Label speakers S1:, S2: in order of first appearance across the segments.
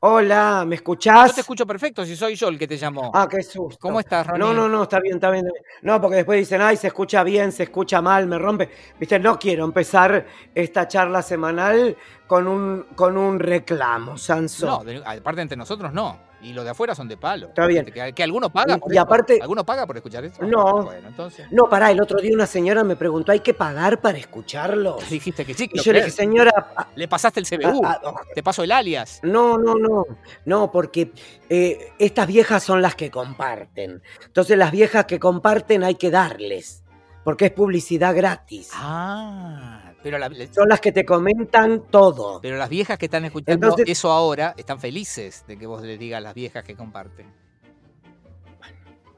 S1: Hola, ¿me escuchás?
S2: Yo te escucho perfecto, si soy yo el que te llamó.
S1: Ah, qué susto.
S2: ¿Cómo estás, Ronnie?
S1: No, no, no, está bien, está bien. está bien. No, porque después dicen, ay, se escucha bien, se escucha mal, me rompe. Viste, no quiero empezar esta charla semanal con un, con un reclamo, Sansón.
S2: No, de- aparte entre nosotros no. Y los de afuera son de palo.
S1: Está bien.
S2: Que, que alguno paga.
S1: Y-
S2: por
S1: y
S2: esto?
S1: aparte-
S2: ¿Alguno paga por escuchar eso?
S1: No.
S2: Bueno, entonces.
S1: No, pará, el otro día una señora me preguntó, ¿hay que pagar para escucharlos?
S2: Dijiste que sí, que
S1: Y
S2: lo
S1: yo le dije, ah,
S2: crees.
S1: señora, a-
S2: Le pasaste el CBU.
S1: a- a-
S2: Te paso el alias.
S1: No, no, no, no, porque eh, estas viejas son las que comparten. Entonces las viejas que comparten hay que darles, porque es publicidad gratis.
S2: Ah, pero, la- le-
S1: Son las que te comentan todo.
S2: pero las viejas que están escuchando
S1: Entonces-
S2: eso ahora están felices de que vos les digas a las viejas que comparten.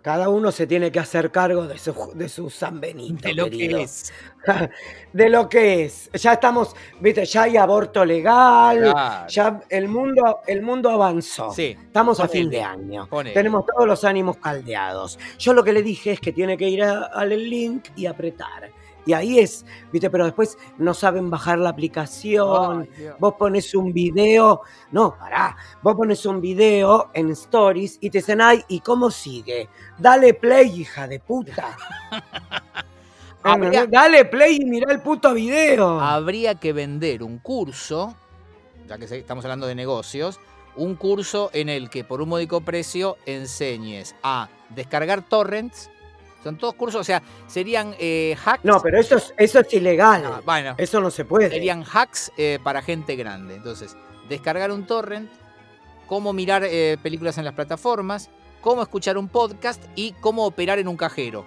S1: Cada uno se tiene que hacer cargo de su, de su San Benito,
S2: De lo
S1: querido.
S2: que es.
S1: de lo que es. Ya estamos, viste, ya hay aborto legal,
S2: Claro.
S1: ya el mundo, el mundo avanzó.
S2: Sí.
S1: Estamos a
S2: Ponele.
S1: fin de año.
S2: Ponele.
S1: Tenemos todos los ánimos caldeados. Yo lo que le dije es que tiene que ir a- al link y apretar. Y ahí es, viste, pero después no saben bajar la aplicación.
S2: Ay, Dios.
S1: Vos pones un video, no, pará, vos pones un video en stories y te dicen, ay, ¿y cómo sigue? Dale play, hija de puta.
S2: Habría-
S1: Dale play y mirá el puto video.
S2: habría que vender un curso, ya que se- estamos hablando de negocios, un curso en el que por un módico precio enseñes a descargar torrents. Son todos cursos, o sea, serían eh, hacks.
S1: No, pero eh, eso es, eso es ilegal.
S2: Ah, bueno,
S1: Eso no se puede.
S2: serían hacks eh, para gente grande. Entonces, descargar un torrent, cómo mirar eh, películas en las plataformas, cómo escuchar un podcast y cómo operar en un cajero.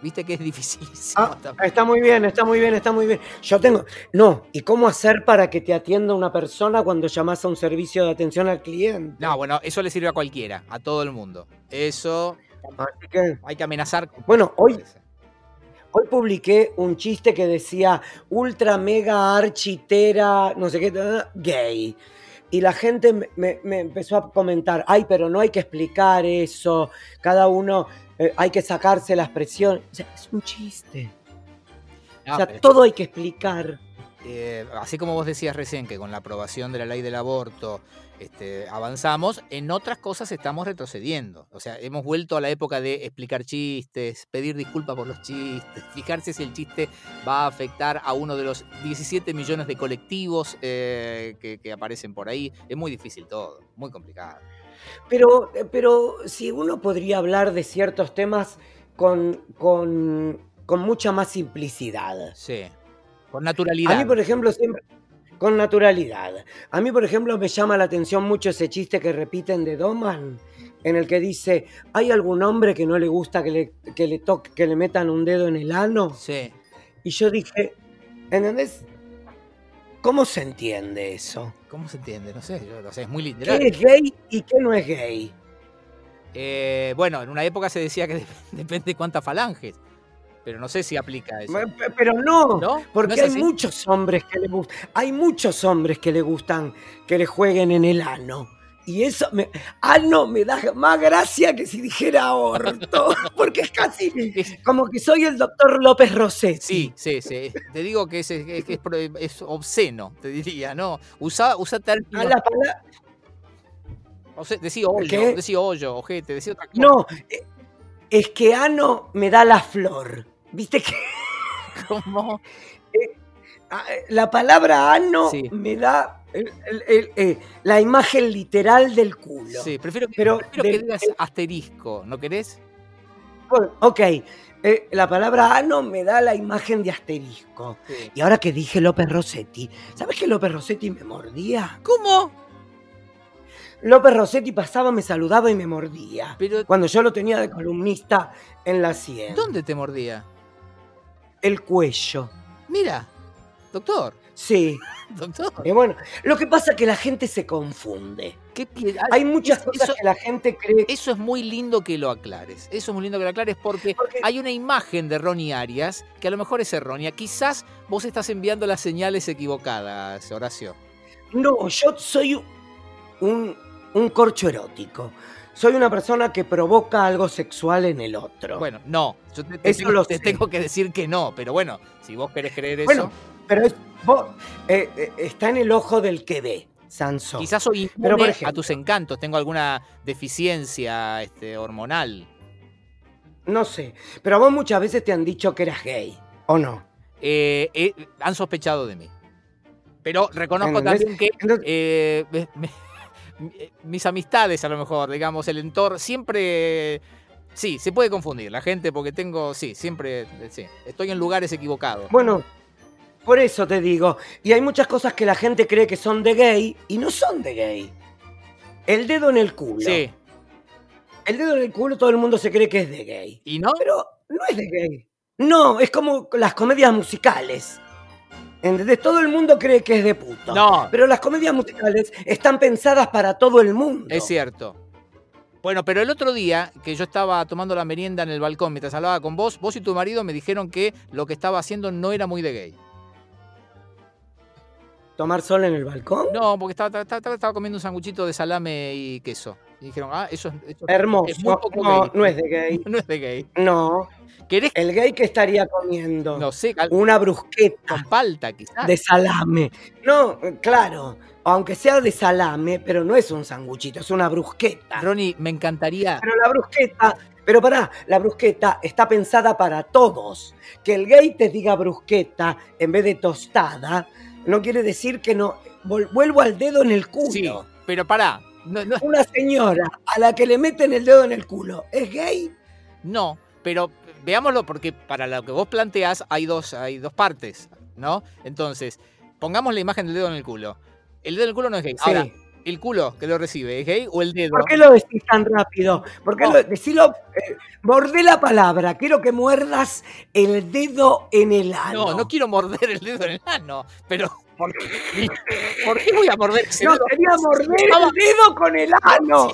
S2: Viste que es dificilísimo.
S1: Ah,
S2: también.
S1: Está muy bien, está muy bien, está muy bien. Yo tengo. No, ¿y cómo hacer para que te atienda una persona cuando llamas a un servicio de atención al cliente?
S2: No, bueno, eso le sirve a cualquiera, a todo el mundo. Eso
S1: Así que-
S2: Hay que amenazar. con-
S1: Bueno, hoy-
S2: parece.
S1: Hoy publiqué un chiste que decía ultra mega architera, no sé qué, ah, gay. Y la gente me, me- me empezó a comentar, ay, pero no hay que explicar eso, cada uno eh, hay que sacarse las presiones. O sea, es un chiste.
S2: No,
S1: o sea,
S2: Ah, pero es que,
S1: todo hay que explicar.
S2: eh, así como vos decías recién que con la aprobación de la ley del aborto este, avanzamos, en otras cosas estamos retrocediendo. O sea, hemos vuelto a la época de explicar chistes, pedir disculpas por los chistes, fijarse si el chiste va a afectar a uno de los 17 millones de colectivos eh, que, que aparecen por ahí. Es muy difícil todo, muy complicado.
S1: Pero, pero si uno podría hablar de ciertos temas con, con, con mucha más simplicidad.
S2: Sí.
S1: A
S2: Con naturalidad.
S1: mí, por ejemplo, siempre con naturalidad. A mí, por ejemplo, me llama la atención mucho ese chiste que repiten de Doman, en el que dice, ¿hay algún hombre que no le gusta que le, que le toque, que le metan un dedo en el ano?
S2: Sí.
S1: Y yo dije, ¿entendés? ¿Cómo se entiende eso?
S2: ¿Cómo se entiende? No sé, yo- o sea, es muy
S1: ¿Qué
S2: literal.
S1: es gay y qué no es gay?
S2: Eh, bueno, en una época se decía que dep- depende cuántas falanges, pero no sé si aplica eso.
S1: Pe- pe- Pero no,
S2: ¿No? ¿No
S1: porque
S2: es
S1: hay
S2: así?
S1: muchos hombres que le gustan, hay muchos hombres que le gustan que le jueguen en el ano. Y eso me, ano me da más gracia que si dijera orto, porque es casi como que soy el doctor López Rossetti.
S2: Sí, sí, sí. Te digo que es, es- es pro- es obsceno, te diría, ¿no? Usa, usa
S1: A
S2: términos.
S1: la pala-
S2: o sea, decí hoyo,
S1: ¿Qué?
S2: decí hoyo, ojete, decí otra cosa.
S1: no, eh, es que ano me da la flor. ¿Viste que
S2: ¿Cómo?
S1: ah, eh, la palabra ano
S2: Sí.
S1: me da el- el- el- eh, la imagen literal del culo?
S2: Sí, prefiero, que-
S1: Pero
S2: prefiero
S1: del-
S2: que digas asterisco, ¿no querés?
S1: Bueno, ok, eh, la palabra ano me da la imagen de asterisco.
S2: Sí.
S1: Y ahora que dije López Rossetti, ¿sabes que López Rossetti me mordía?
S2: ¿Cómo?
S1: López Rossetti pasaba, me saludaba y me mordía.
S2: Pero
S1: Cuando yo lo tenía de columnista en la 100.
S2: ¿dónde te mordía?
S1: El cuello.
S2: Mira, doctor,
S1: Sí.
S2: doctor.
S1: Y bueno, lo que pasa es que la gente se confunde.
S2: ¿Qué pie-
S1: Hay muchas
S2: eso-
S1: cosas
S2: eso-
S1: que la gente cree.
S2: Eso es muy lindo que lo aclares. Eso es muy lindo que lo aclares porque
S1: Porque-
S2: hay una imagen de Ronnie Arias que a lo mejor es errónea. Quizás vos estás enviando las señales equivocadas, Horacio.
S1: No, yo soy un, un corcho erótico. Soy una persona que provoca algo sexual en el otro.
S2: Bueno, no. Yo te, te
S1: Eso
S2: tengo,
S1: lo
S2: te
S1: sé.
S2: tengo que decir que no, pero bueno, si vos querés creer eso.
S1: Bueno, pero es- vos, eh, eh, está en el ojo del que ve. Sansón.
S2: Quizás soy inmune
S1: Pero, por ejemplo-
S2: a tus encantos, tengo alguna deficiencia este, hormonal.
S1: No sé, pero a vos muchas veces te han dicho que eras gay, ¿o no?
S2: Eh, eh, han sospechado de mí. Pero reconozco
S1: ¿Entendés?
S2: también que
S1: Entonces-
S2: eh, me- me- eh, mis amistades, a lo mejor, digamos, el entorno, siempre... Sí, se puede confundir la gente porque tengo, sí, siempre, eh, sí, estoy en lugares equivocados.
S1: Bueno, por eso te digo. Y hay muchas cosas que la gente cree que son de gay y no son de gay. El dedo en el culo.
S2: Sí,
S1: El dedo en el culo todo el mundo se cree que es de gay.
S2: y no,
S1: Pero no es de gay. No, es como las comedias musicales. ¿Entendés? Todo el mundo cree que es de puto.
S2: No.
S1: Pero las comedias musicales están pensadas para todo el mundo.
S2: Es cierto. Bueno, pero el otro día que yo estaba tomando la merienda en el balcón mientras hablaba con vos, vos y tu marido me dijeron que lo que estaba haciendo no era muy de gay.
S1: ¿Tomar sol en el balcón?
S2: No, porque estaba, estaba- estaba- estaba comiendo un sanguchito de salame y queso. Y dijeron, ah, eso, es- eso es-
S1: Hermoso.
S2: es muy poco
S1: no,
S2: gay.
S1: no es de gay.
S2: No es de gay.
S1: No.
S2: ¿Querés que
S1: El gay que estaría comiendo.
S2: no Ah. sé, cal-
S1: Una brusqueta.
S2: con palta quizás?
S1: de salame. No, claro, aunque sea de salame, pero no es un sanguchito, es una brusqueta.
S2: Ronnie, me encantaría.
S1: Pero la brusqueta, pero pará, la brusqueta está pensada para todos. Que el gay te diga brusqueta en vez de tostada, no quiere decir que no. Vol- Vuelvo al dedo en el culo.
S2: Sí, pero pará. No, no,
S1: Una señora a la que le meten el dedo en el culo, ¿es gay?
S2: No, pero veámoslo porque para lo que vos planteás hay dos, hay dos partes, ¿no? Entonces, pongamos la imagen del dedo en el culo. El dedo en el culo no es gay. Ahora,
S1: Sí.
S2: ¿el culo que lo recibe es gay o el dedo?
S1: ¿Por qué lo decís tan rápido? ¿Por qué
S2: No.
S1: lo, decilo, eh, bordé la palabra, quiero que muerdas el dedo en el ano.
S2: Ah, no, no quiero morder el dedo en el ano, pero ¿por qué, por qué voy a morder ese
S1: No, eh.
S2: dedo?
S1: quería morder el dedo con el ano.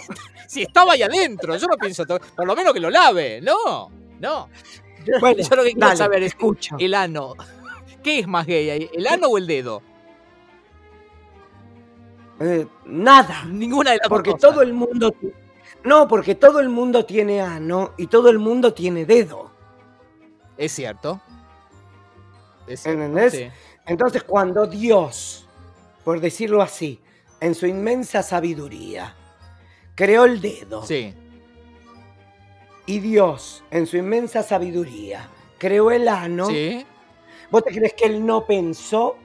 S2: Si estaba ahí adentro, yo no pienso, to- por lo menos que lo lave, no, no.
S1: Bueno,
S2: Yo lo que quiero
S1: dale,
S2: saber es
S1: escucho.
S2: el ano. ¿Qué es más gay ahí, el ano o el dedo?
S1: Eh, nada,
S2: Ninguna de las dos
S1: porque
S2: cosas.
S1: todo el mundo... ti- No, porque todo el mundo tiene ano y todo el mundo tiene dedo.
S2: Es cierto. Es
S1: ¿Entendés?
S2: sí.
S1: Entonces cuando Dios, por decirlo así, en su inmensa sabiduría, creó el dedo
S2: Sí,
S1: y Dios, en su inmensa sabiduría, creó el ano,
S2: sí,
S1: ¿vos te crees que él no pensó?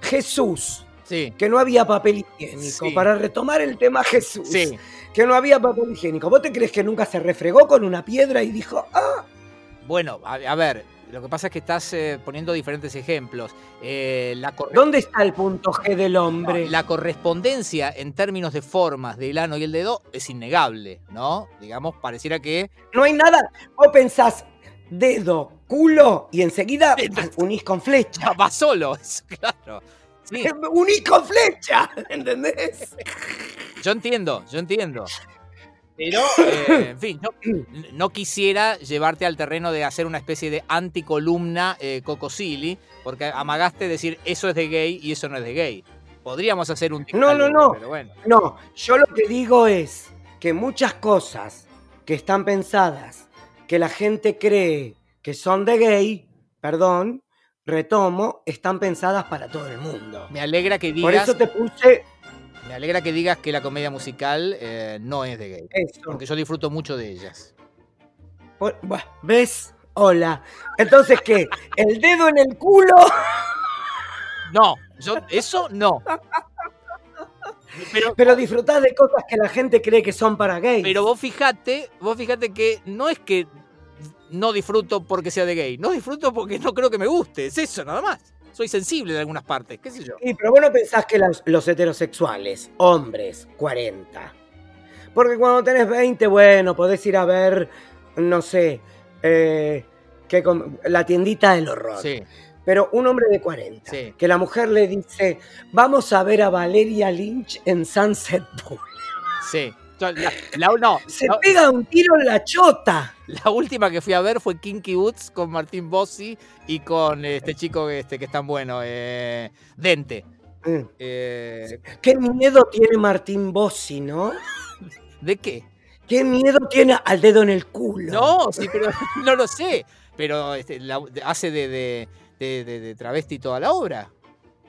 S1: Jesús,
S2: sí,
S1: que no había papel higiénico,
S2: Sí.
S1: para retomar el tema Jesús.
S2: sí.
S1: que no había papel higiénico. ¿Vos te crees que nunca se refregó con una piedra y dijo, ah,
S2: Bueno, a, a ver, lo que pasa es que estás eh, poniendo diferentes ejemplos. Eh, la, corre-
S1: ¿dónde está el punto G del hombre?
S2: la correspondencia en términos de formas del ano y el dedo es innegable, ¿no? Digamos, pareciera que
S1: No hay nada. Vos pensás dedo, culo y enseguida unís con flecha.
S2: va solo, eso, claro. Sí,
S1: Unís con flecha, ¿entendés?
S2: yo entiendo, yo entiendo. Pero, eh, en fin, no, no quisiera llevarte al terreno de hacer una especie de anticolumna eh, Cocosili, porque amagaste decir eso es de gay y eso no es de gay. Podríamos hacer un
S1: No, no,
S2: tic-tac,
S1: no.
S2: Pero bueno,
S1: No, yo lo que digo es que muchas cosas que están pensadas, que la gente cree que son de gay, perdón, retomo, están pensadas para todo el mundo.
S2: me alegra que
S1: Por
S2: digas,
S1: eso te puse
S2: me alegra que digas que la comedia musical eh, no es de gay,
S1: eso.
S2: porque yo disfruto mucho de ellas.
S1: Por- buah, ¿Ves? Hola. Entonces, ¿qué? ¿El dedo en el culo?
S2: No, yo eso no. Pero,
S1: Pero disfrutás de cosas que la gente cree que son para gays.
S2: pero vos fijate, vos fijate que no es que no disfruto porque sea de gay, no disfruto porque no creo que me guste, es eso nada más. Soy sensible en algunas partes, qué sé yo.
S1: Sí, pero vos no pensás que las- los heterosexuales, hombres, 40. Porque cuando tenés 20, bueno, podés ir a ver, no sé, eh, que com- la tiendita del horror.
S2: Sí,
S1: Pero un hombre de 40,
S2: Sí.
S1: que la mujer le dice, vamos a ver a Valeria Lynch en Sunset Boulevard.
S2: sí. Yo, la, la- no,
S1: Se
S2: la-
S1: pega un tiro en la chota.
S2: la última que fui a ver fue Kinky Woods con Martín Bossi y con este chico este, que es tan bueno, eh, Dente.
S1: Mm.
S2: Eh,
S1: Qué miedo tiene Martín Bossi, ¿no?
S2: ¿De qué?
S1: Qué miedo tiene al dedo en el culo.
S2: No, sí, pero no lo sé. Pero este, la- hace de, de- de- de- de travesti toda la obra.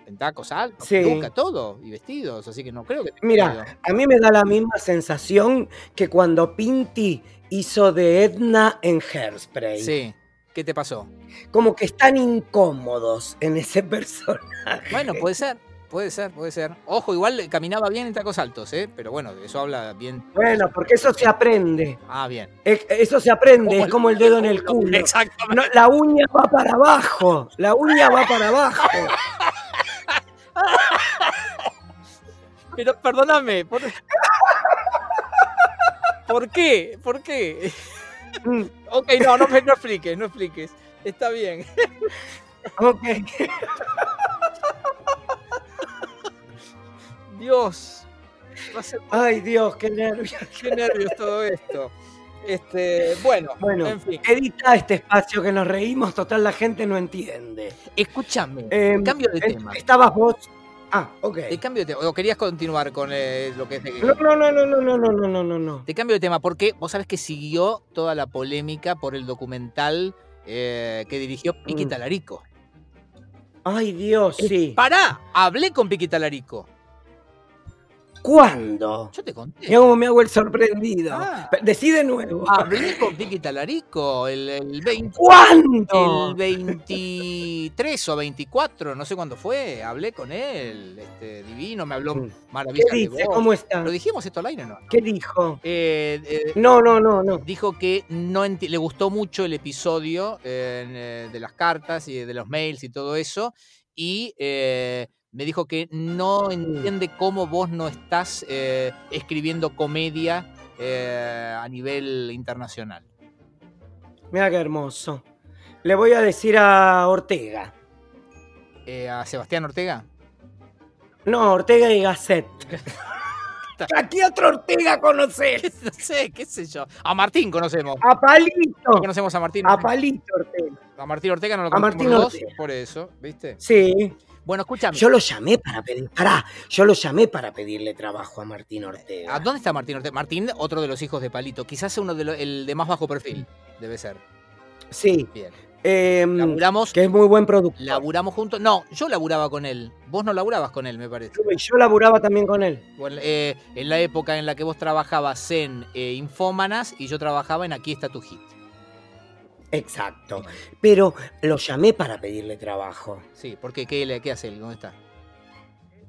S2: en tacos altos,
S1: Sí.
S2: peluca, todo, y vestidos, así que no creo que... tenga miedo.
S1: Mira, a mí me da la misma sensación que cuando Pinti hizo de Edna en Hairspray.
S2: Sí, ¿qué te pasó?
S1: Como que están incómodos en ese personaje.
S2: Bueno, puede ser, puede ser, puede ser. Ojo, igual eh, caminaba bien en tacos altos, ¿eh? Pero bueno, eso habla bien.
S1: Bueno, porque eso se aprende.
S2: Ah, bien.
S1: Es- Eso se aprende,
S2: Como
S1: es
S2: el-
S1: como el dedo en el culo.
S2: Exactamente.
S1: No, la uña va para abajo. La uña va para abajo.
S2: Pero perdóname. ¿Por, ¿Por qué? ¿Por qué?
S1: Mm,
S2: Ok, no, no, me- no expliques, no expliques. Está bien.
S1: ok.
S2: Dios. va a ser-
S1: Ay, Dios, qué nervios.
S2: qué nervios todo esto. Este, bueno,
S1: Bueno,
S2: en fin.
S1: edita este espacio que nos reímos. Total, la gente no entiende.
S2: Escúchame.
S1: Em,
S2: cambio de
S1: en-
S2: tema.
S1: Estabas vos. Ah, ok.
S2: Te cambio de tema. O querías continuar con eh, lo que es de
S1: No, no, no, no, no, no, no, no, no, no, no.
S2: Te cambio de tema porque vos sabés que siguió toda la polémica por el documental eh, que dirigió Piqui
S1: Mm.
S2: Talarico.
S1: Ay, Dios, sí.
S2: ¡Pará! Hablé con Piqui Talarico.
S1: ¿Cuándo?
S2: Yo te conté.
S1: Mira cómo me hago el sorprendido.
S2: Ah.
S1: Pe- Decí de nuevo.
S2: Hablé con Piqui Talarico el, el 20 el
S1: ¿Cuándo?
S2: 23 o 24, no sé cuándo fue. Hablé con él. Este, divino, me habló
S1: Mm. ¿Qué
S2: maravillas de
S1: dice?
S2: vos.
S1: ¿Cómo está?
S2: ¿Lo dijimos esto al aire o no?
S1: ¿Qué dijo?
S2: Eh, eh,
S1: No, no, no, no.
S2: dijo que no enti- le gustó mucho el episodio eh, en, eh, de las cartas y de los mails y todo eso. Y eh, me dijo que no entiende cómo vos no estás eh, escribiendo comedia eh, a nivel internacional.
S1: Mira qué hermoso. Le voy a decir a Ortega.
S2: Eh, a Sebastián Ortega.
S1: No, Ortega y Gasset. ¿A qué otro Ortega conoces?
S2: no sé, qué sé yo. A Martín conocemos.
S1: A Palito.
S2: No conocemos a Martín.
S1: A Palito Ortega.
S2: A Martín Ortega no lo
S1: A Martín
S2: conocemos los dos,
S1: Ortega.
S2: por eso, ¿viste?
S1: Sí.
S2: Bueno, escúchame.
S1: Yo lo llamé para pedir. Pará, yo lo llamé para pedirle trabajo a Martín
S2: ¿A
S1: Ortega.
S2: dónde está Martín Ortega? Martín, otro de los hijos de Palito. Quizás uno de lo- el de más bajo perfil, debe ser.
S1: Sí.
S2: Bien.
S1: em,
S2: Laburamos,
S1: que es muy buen productor.
S2: laburamos juntos. No, yo laburaba con él. Vos no laburabas con él, me parece.
S1: Y Yo laburaba también con él.
S2: Bueno, eh, en la época en la que vos trabajabas en eh, Infómanas y yo trabajaba en Aquí está tu hit.
S1: Exacto. Pero lo llamé para pedirle trabajo.
S2: Sí, porque ¿qué, le- qué hace él? ¿Dónde está?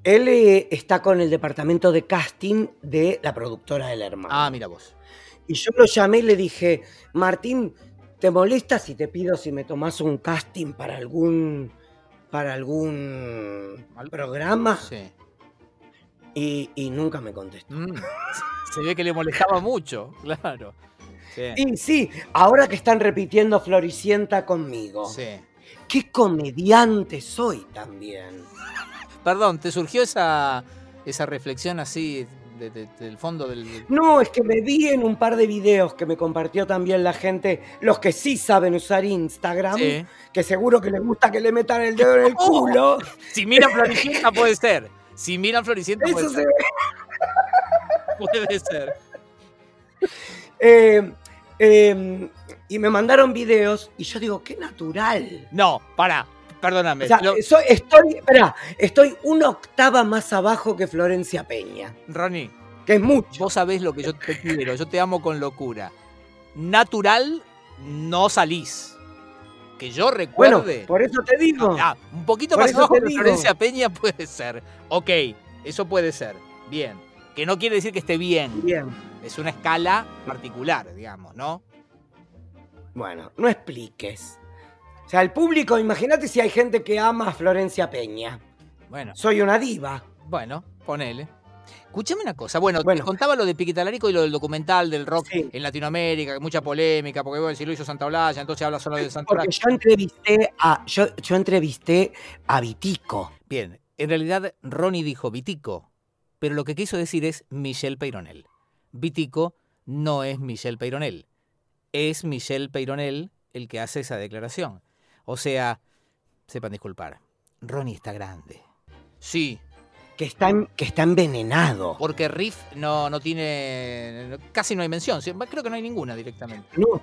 S1: Él eh, está con el departamento de casting de la productora del hermano.
S2: Ah, mira vos.
S1: Y yo lo llamé y le dije, Martín, ¿te molesta si te pido si me tomás un casting para algún para algún
S2: Al-
S1: programa?
S2: Sí.
S1: Y, y nunca me contestó.
S2: Mm. Se ve que le molestaba mucho, claro. Sí.
S1: Y sí, ahora que están repitiendo Floricienta conmigo,
S2: sí.
S1: qué comediante soy también.
S2: Perdón, ¿te surgió esa, esa reflexión así de- de- del fondo del...
S1: No, es que me vi en un par de videos que me compartió también la gente, los que sí saben usar Instagram,
S2: Sí. Oh,
S1: que seguro que les gusta que le metan el dedo en el culo.
S2: Si miran Floricienta puede ser. Si miran Floricienta puede
S1: Eso
S2: ser.
S1: se
S2: Puede ser.
S1: Eh, eh, y me mandaron videos y yo digo, qué natural.
S2: No, pará. Perdóname.
S1: O sea,
S2: Lo-
S1: soy- estoy, esperá, estoy una octava más abajo que Florencia Peña,
S2: Ronnie,
S1: que es mucho.
S2: vos sabés lo que yo te quiero. Yo te amo con locura. Natural, no salís. Que yo
S1: Bueno,
S2: recuerde.
S1: por eso te digo.
S2: Ah, un poquito
S1: por
S2: más
S1: eso
S2: abajo
S1: te
S2: que
S1: digo.
S2: Florencia Peña puede ser. Ok, eso puede ser. Bien. Que no quiere decir que esté bien.
S1: Bien,
S2: Es una escala particular, digamos, ¿no?
S1: bueno, no expliques. O sea, el público, imagínate si hay gente que ama a Florencia Peña.
S2: Bueno,
S1: Soy una diva.
S2: bueno, ponele. Escúchame una cosa. Bueno, te
S1: Bueno.
S2: contaba lo de Piquitalarico y lo del documental del rock
S1: Sí.
S2: en Latinoamérica, mucha polémica, porque bueno, si lo hizo Santaolalla, entonces habla solo de Santaolalla.
S1: Porque yo entrevisté a, yo, yo entrevisté a Vitico.
S2: Bien, en realidad Ronnie dijo Vitico, pero lo que quiso decir es Michelle Peyronel. Vitico no es Michelle Peyronel. Es Michelle Peyronel el que hace esa declaración. O sea, sepan disculpar, Ronnie está grande. Sí,
S1: Que está, en- que está envenenado.
S2: porque Riff no, no tiene. no- casi no hay mención. sí, Creo que no hay ninguna directamente.
S1: No,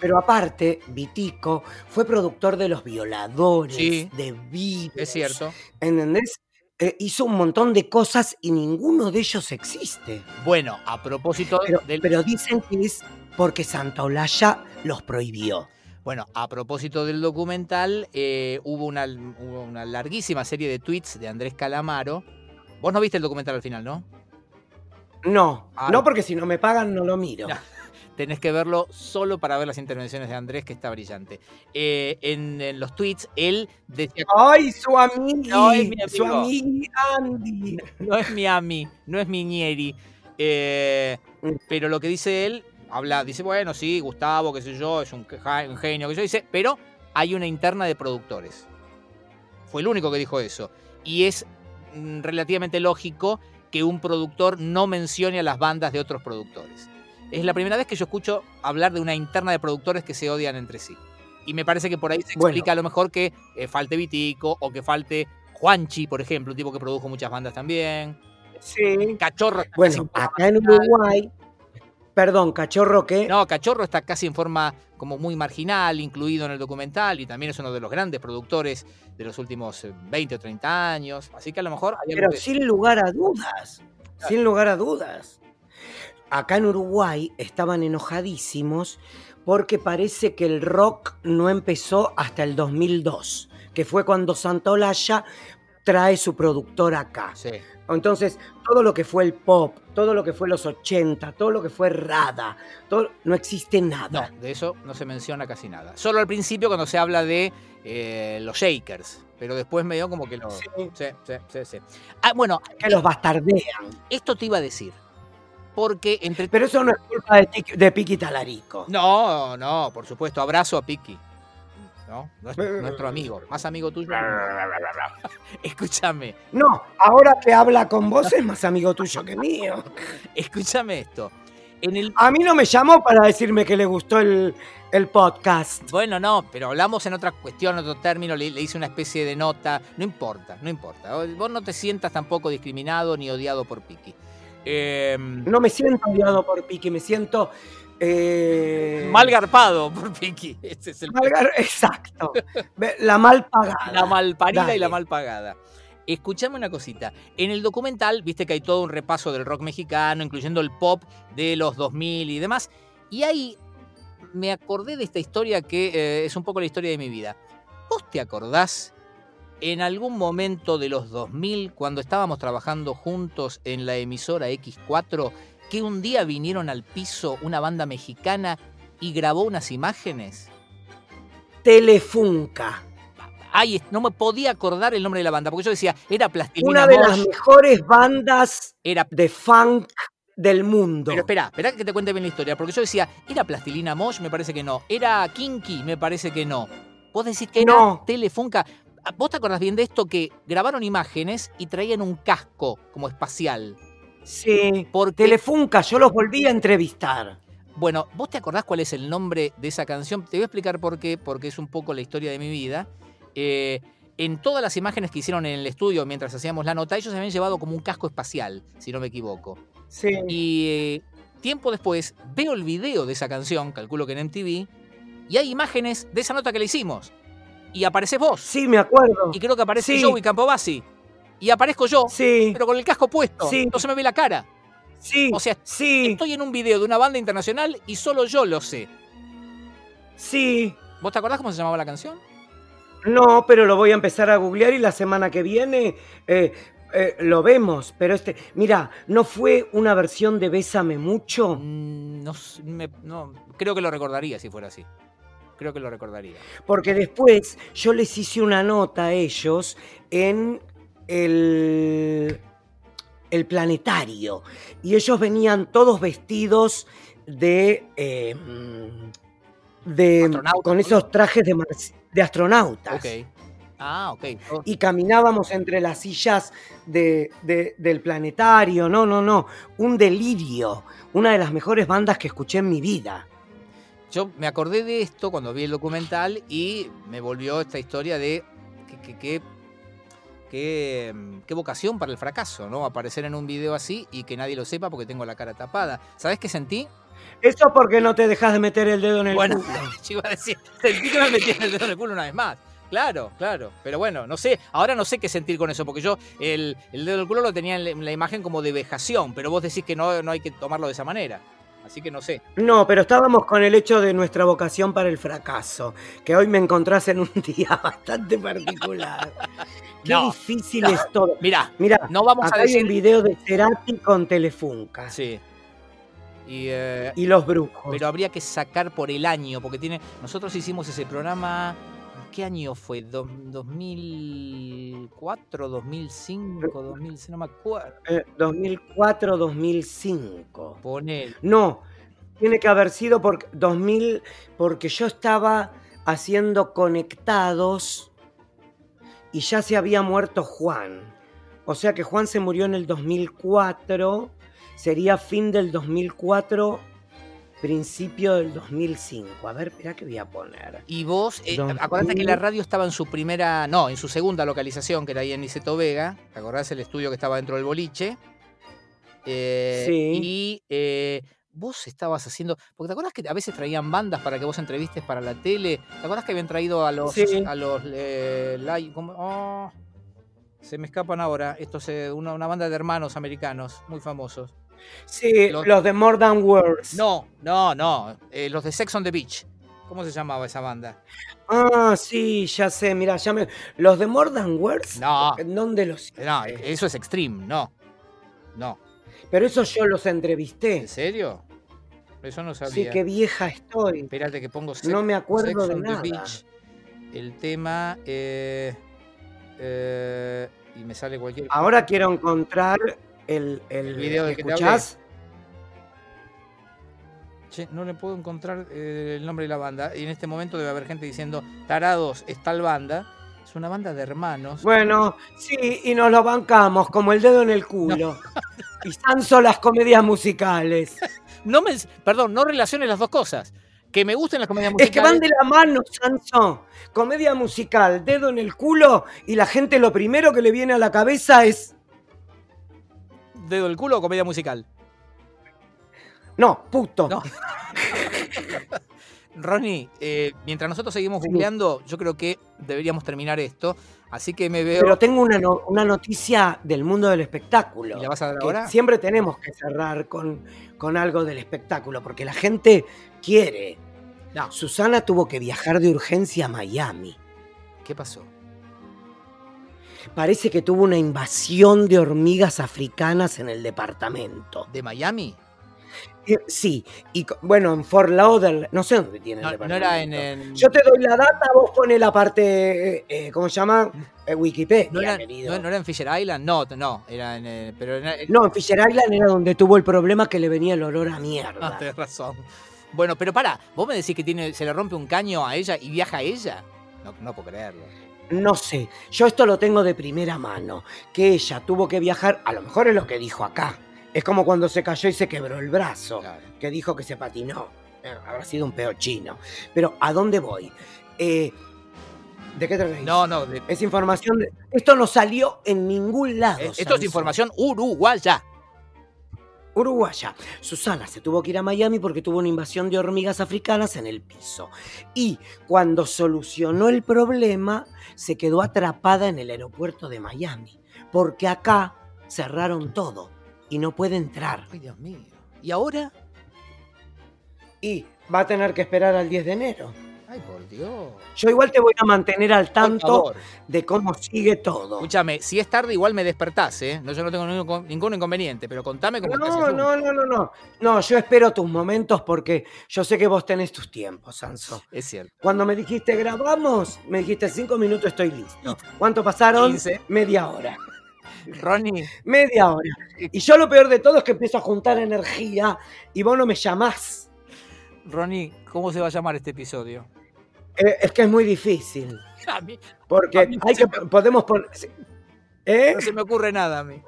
S1: Pero aparte, Vitico fue productor de Los Violadores,
S2: Sí.
S1: de Virus.
S2: Es cierto.
S1: ¿Entendés? Eh, hizo un montón de cosas y ninguno de ellos existe.
S2: Bueno, a propósito
S1: Pero,
S2: del,
S1: pero dicen que es porque Santa Olalla los prohibió.
S2: Bueno, a propósito del documental, eh, hubo, una, hubo una larguísima serie de tweets de Andrés Calamaro. Vos no viste el documental al final, ¿no?
S1: No,
S2: Ah.
S1: no porque si no me pagan no lo miro.
S2: No. Tenés que verlo solo para ver las intervenciones de Andrés, que está brillante. Eh, en, en los tweets, él decía,
S1: ¡Ay, su amigui!
S2: No, es mi
S1: su
S2: amigo.
S1: amigui Andy.
S2: no es Miami, no es Miñeri. Eh, pero lo que dice él, habla, dice, bueno, sí, Gustavo, qué sé yo, es un, queja- un genio, qué sé yo, dice, pero hay una interna de productores. Fue el único que dijo eso. Y es mm, relativamente lógico que un productor no mencione a las bandas de otros productores. Es la primera vez que yo escucho hablar de una interna de productores que se odian entre sí. Y me parece que por ahí se
S1: Bueno.
S2: explica a lo mejor que eh, falte Vitico o que falte Juanchi, por ejemplo, un tipo que produjo muchas bandas también.
S1: Sí.
S2: Cachorro. está casi
S1: Bueno,
S2: en forma
S1: acá en
S2: marginal.
S1: Uruguay. Perdón, cachorro que.
S2: No, Cachorro está casi en forma como muy marginal, incluido en el documental, y también es uno de los grandes productores de los últimos eh, 20 o 30 años. Así que a lo mejor hay algo
S1: Pero
S2: que-
S1: sin lugar a dudas, sin lugar a dudas. Acá en Uruguay estaban enojadísimos porque parece que el rock no empezó hasta el 2002, que fue cuando Santaolalla trae su productor acá.
S2: Sí.
S1: Entonces, todo lo que fue el pop, todo lo que fue los 80, todo lo que fue Rada, todo, no existe
S2: No,
S1: nada.
S2: de eso no se menciona casi nada. Solo al principio cuando se habla de eh, los Shakers, pero después medio como que lo... Sí, sí, sí, sí. Ah, bueno,
S1: Que los bastardean.
S2: esto te iba a decir, porque entre...
S1: Pero eso no es culpa de, Tic- de Piqui Talarico.
S2: No, no, por supuesto, abrazo a Piki. ¿no? Nuestro, nuestro amigo, más amigo tuyo. Escúchame,
S1: No, ahora que habla con vos es más amigo tuyo que mío.
S2: escúchame esto. En el
S1: A mí no me llamó para decirme que le gustó el, el podcast.
S2: Bueno, no, pero hablamos en otra cuestión, otro término, le, le hice una especie de nota, no importa, no importa. Vos no te sientas tampoco discriminado ni odiado por Piki. Em,
S1: No me siento odiado por Piqui, me siento. eh,
S2: mal garpado por Piki, ese es el
S1: mal gar- Exacto. Ve- La mal pagada.
S2: la mal parida y la
S1: Dale.
S2: mal pagada. Escuchame una cosita. En el documental, viste que hay todo un repaso del rock mexicano, incluyendo el pop de los 2000 y demás. Y ahí me acordé de esta historia que eh, es un poco la historia de mi vida. ¿Vos te acordás en algún momento de los 2000, cuando estábamos trabajando juntos en la emisora X4, que un día vinieron al piso una banda mexicana y grabó unas imágenes?
S1: Telefunca.
S2: Ay, no me podía acordar el nombre de la banda, porque yo decía, era Plastilina
S1: Una de las
S2: Mosh,
S1: mejores bandas
S2: era...
S1: de funk del mundo.
S2: Pero espera, espera que te cuente bien la historia, porque yo decía, ¿era Plastilina Mosh? Me parece que no. ¿Era Kinky? Me parece que no. Vos decís que era
S1: No.
S2: Telefunka. Ah, ¿Vos te acordás bien de esto? Que grabaron imágenes y traían un casco como espacial.
S1: Sí.
S2: Porque,
S1: Telefunca, yo los volví a entrevistar.
S2: bueno, ¿vos te acordás cuál es el nombre de esa canción? Te voy a explicar por qué, porque es un poco la historia de mi vida. Eh, en todas las imágenes que hicieron en el estudio mientras hacíamos la nota, ellos habían llevado como un casco espacial, si no me equivoco.
S1: Sí.
S2: Y eh, tiempo después veo el video de esa canción, calculo que en MTV, y hay imágenes de esa nota que le hicimos. Y apareces vos.
S1: Sí, me acuerdo.
S2: Y creo que aparece
S1: Sí.
S2: Joey Campobasi. Y aparezco yo,
S1: Sí,
S2: pero con el casco puesto.
S1: Sí.
S2: No se me ve la cara.
S1: sí,
S2: O sea,
S1: sí,
S2: estoy en un video de una banda internacional y solo yo lo sé.
S1: sí.
S2: ¿Vos te acordás cómo se llamaba la canción?
S1: No, pero lo voy a empezar a googlear y la semana que viene eh, eh, lo vemos. Pero este, mira, ¿no fue una versión de Bésame mucho?
S2: Mm, No, s- me- no, creo que lo recordaría si fuera así. Creo que lo recordaría.
S1: Porque después yo les hice una nota a ellos en el, el planetario. Y ellos venían todos vestidos de. eh, de
S2: Astronautas,
S1: con esos trajes de, marci- de astronautas.
S2: Ok. Ah, ok. Oh,
S1: y caminábamos entre las sillas de- de- del planetario. No, no, no. Un delirio. Una de las mejores bandas que escuché en mi vida.
S2: Yo me acordé de esto cuando vi el documental y me volvió esta historia de qué que, que- que, mm, qué vocación para el fracaso, ¿no? Aparecer en un video así y que nadie lo sepa porque tengo la cara tapada. ¿Sabes qué sentí?
S1: Eso porque no te dejas de meter el dedo en el
S2: Bueno,
S1: culo.
S2: yo iba a decir, sentí que me metían el dedo en el culo una vez más. Claro, claro. Pero bueno, no sé, ahora no sé qué sentir con eso, porque yo el, el dedo en el culo lo tenía en la, en la imagen como de vejación, pero vos decís que no, no hay que tomarlo de esa manera. Así que no sé.
S1: No, pero estábamos con el hecho de nuestra vocación para el fracaso, que hoy me encontrás en un día bastante particular. Qué
S2: No,
S1: difícil
S2: no.
S1: es todo.
S2: Mirá,
S1: Mira,
S2: no vamos
S1: acá
S2: a
S1: hay un
S2: decir.
S1: video de Cerati con Telefunca
S2: Sí. Y, eh,
S1: y los brujos.
S2: pero habría que sacar por el año, porque tiene. Nosotros hicimos ese programa. ¿Qué año fue? Do- ¿2004, 2005, 2006? No me acuerdo.
S1: Eh, 2004, 2005.
S2: Poner.
S1: No, tiene que haber sido por 2000, porque yo estaba haciendo conectados y ya se había muerto Juan. O sea que Juan se murió en el 2004, sería fin del 2004, principio del 2005. A ver, espera que voy a poner.
S2: Y vos, eh,
S1: Don
S2: acordate que
S1: Julio.
S2: la radio estaba en su primera, no, en su segunda localización, que era ahí en Niceto Vega. ¿Te acordás el estudio que estaba dentro del boliche? Eh,
S1: Sí.
S2: Y eh, vos estabas haciendo. Porque te acordás que a veces traían bandas para que vos entrevistes para la tele. ¿Te acordás que habían traído a los.
S1: Sí.
S2: A los eh, Lai- ¿cómo? Oh, se me escapan ahora. Esto es una, una banda de hermanos americanos muy famosos.
S1: Sí,
S2: Los-
S1: los, de More Than Words.
S2: No, no, no. eh, los de Sex on the Beach. ¿Cómo se llamaba esa banda?
S1: Ah, sí, ya sé, mira, ya me... Los de More Than Words,
S2: No.
S1: ¿en ¿dónde los...?
S2: Eh, No, eso es extreme, no. No.
S1: Pero eso yo los entrevisté.
S2: ¿En serio? Eso no
S1: Sí,
S2: sabía.
S1: qué vieja estoy.
S2: Espérate que pongo
S1: No me acuerdo
S2: Sex
S1: de
S2: on the
S1: nada.
S2: Beach. El tema. eh, eh, y me sale cualquier.
S1: Ahora quiero encontrar el, el,
S2: El video del que te
S1: ¿escuchás?
S2: Che, no le puedo encontrar eh, el nombre de la banda. Y en este momento debe haber gente diciendo: Tarados, es tal banda. Es una banda de hermanos.
S1: Bueno, sí, y nos lo bancamos como el dedo en el culo. Y Sanso las comedias musicales.
S2: No me, perdón, no relaciones las dos cosas. Que me gusten las comedias
S1: Es
S2: musicales.
S1: que van de la mano, Sanso. Comedia musical, dedo en el culo, y la gente lo primero que le viene a la cabeza es.
S2: ¿Dedo del culo o comedia musical?
S1: No, puto.
S2: No. Ronnie, eh, mientras nosotros seguimos
S1: Sí.
S2: googleando, yo creo que deberíamos terminar esto. Así que me veo.
S1: Pero tengo una, no- una noticia del mundo del espectáculo.
S2: ¿Y la vas a dar
S1: que
S2: ahora?
S1: siempre tenemos que cerrar con, con algo del espectáculo, porque la gente quiere.
S2: No.
S1: Susana tuvo que viajar de urgencia a Miami.
S2: ¿Qué pasó?
S1: Parece que tuvo una invasión de hormigas africanas en el departamento.
S2: ¿De Miami?
S1: Eh, Sí, y co- bueno, en Fort Lauderdale, no sé dónde tiene
S2: No,
S1: el
S2: no
S1: departamento.
S2: era en. eh, en-
S1: Yo te doy la data, vos pones la parte, eh, eh, ¿cómo se llama? Eh, Wikipedia,
S2: no, era,
S1: querido.
S2: no- no era en Fisher Island? No, no. Era en. eh, pero era-
S1: No, en Fisher Island era donde tuvo el problema que le venía el olor a mierda.
S2: Ah, tenés razón. Bueno, pero pará, vos me decís que tiene, se le rompe un caño a ella y viaja a ella. No, no puedo creerlo.
S1: No sé, yo esto lo tengo de primera mano, que ella tuvo que viajar, a lo mejor es lo que dijo acá. Es como cuando se cayó y se quebró el brazo,
S2: Claro.
S1: que dijo que se patinó. Eh, habrá sido un peo chino. Pero, ¿a dónde voy? Eh, ¿De qué te reís?
S2: No, no. de-
S1: Es información... de- Esto no salió en ningún lado.
S2: eh, esto es
S1: Sansón.
S2: información uruguaya.
S1: uruguaya. Susana se tuvo que ir a Miami porque tuvo una invasión de hormigas africanas en el piso. Y cuando solucionó el problema, se quedó atrapada en el aeropuerto de Miami. Porque acá cerraron todo y no puede entrar.
S2: Ay, Dios mío. ¿Y ahora?
S1: Y va a tener que esperar al 10 de enero.
S2: Ay, por Dios.
S1: Yo igual te voy a mantener al
S2: Por
S1: tanto
S2: favor.
S1: de cómo sigue todo.
S2: Escúchame, si es tarde igual me despertás, ¿eh? No, yo no tengo ningún, ningún inconveniente, pero contame cómo estás.
S1: No, no, no, no, no. No, yo espero tus momentos porque yo sé que vos tenés tus tiempos, Sanso.
S2: Es cierto.
S1: Cuando me dijiste grabamos, me dijiste cinco minutos, estoy listo. ¿Cuánto pasaron?
S2: 15.
S1: Media hora.
S2: Ronnie,
S1: Media hora. Y yo lo peor de todo es que empiezo a juntar energía y vos no me llamás.
S2: Ronnie, ¿cómo se va a llamar este episodio?
S1: Eh, es que es muy difícil.
S2: A mí A
S1: Porque
S2: mí
S1: hay que, podemos poner. ¿Eh?
S2: no se me ocurre nada a mí.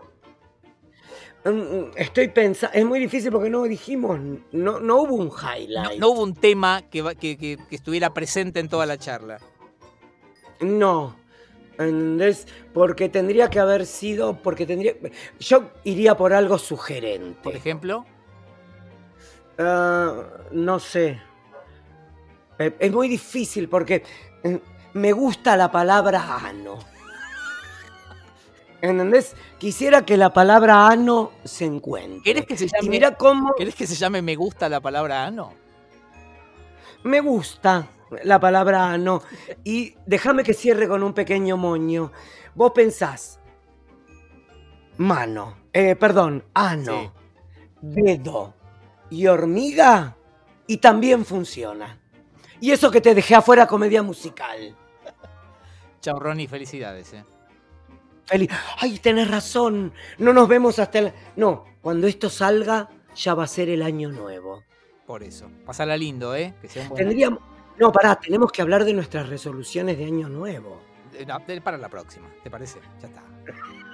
S1: Mm, Estoy pensando. Es muy difícil porque no dijimos. No, no hubo un
S2: No,
S1: highlight.
S2: no hubo un tema que, va- que- que- que estuviera presente en toda la charla.
S1: No. ¿Entendés? Porque tendría que haber sido. Porque tendría. Yo iría por algo sugerente.
S2: Por ejemplo,
S1: Ah, no sé. Eh, Es muy difícil porque eh, me gusta la palabra ano. ¿Entendés? Quisiera que la palabra ano se encuentre.
S2: ¿Querés que se
S1: Y
S2: llame-
S1: mira cómo
S2: ¿Querés que se llame me gusta la palabra ano?
S1: me gusta la palabra ano. Y déjame que cierre con un pequeño moño. Vos pensás, mano, eh, perdón, ano, dedo y hormiga, y también funciona. Y eso que te dejé afuera comedia musical.
S2: Chao, Ronnie, felicidades. ¿eh?
S1: Feli- Ay, tenés razón. No nos vemos hasta el. No, cuando esto salga, ya va a ser el año nuevo.
S2: Por eso. Pasala lindo, ¿eh? Que sea un buen-
S1: Tendríamos. No, pará, tenemos que hablar de nuestras resoluciones de año nuevo.
S2: Eh, no, de- para la próxima, ¿te parece? Ya está.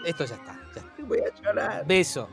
S2: Esto ya está. ya está.
S1: Voy a llorar.
S2: Beso.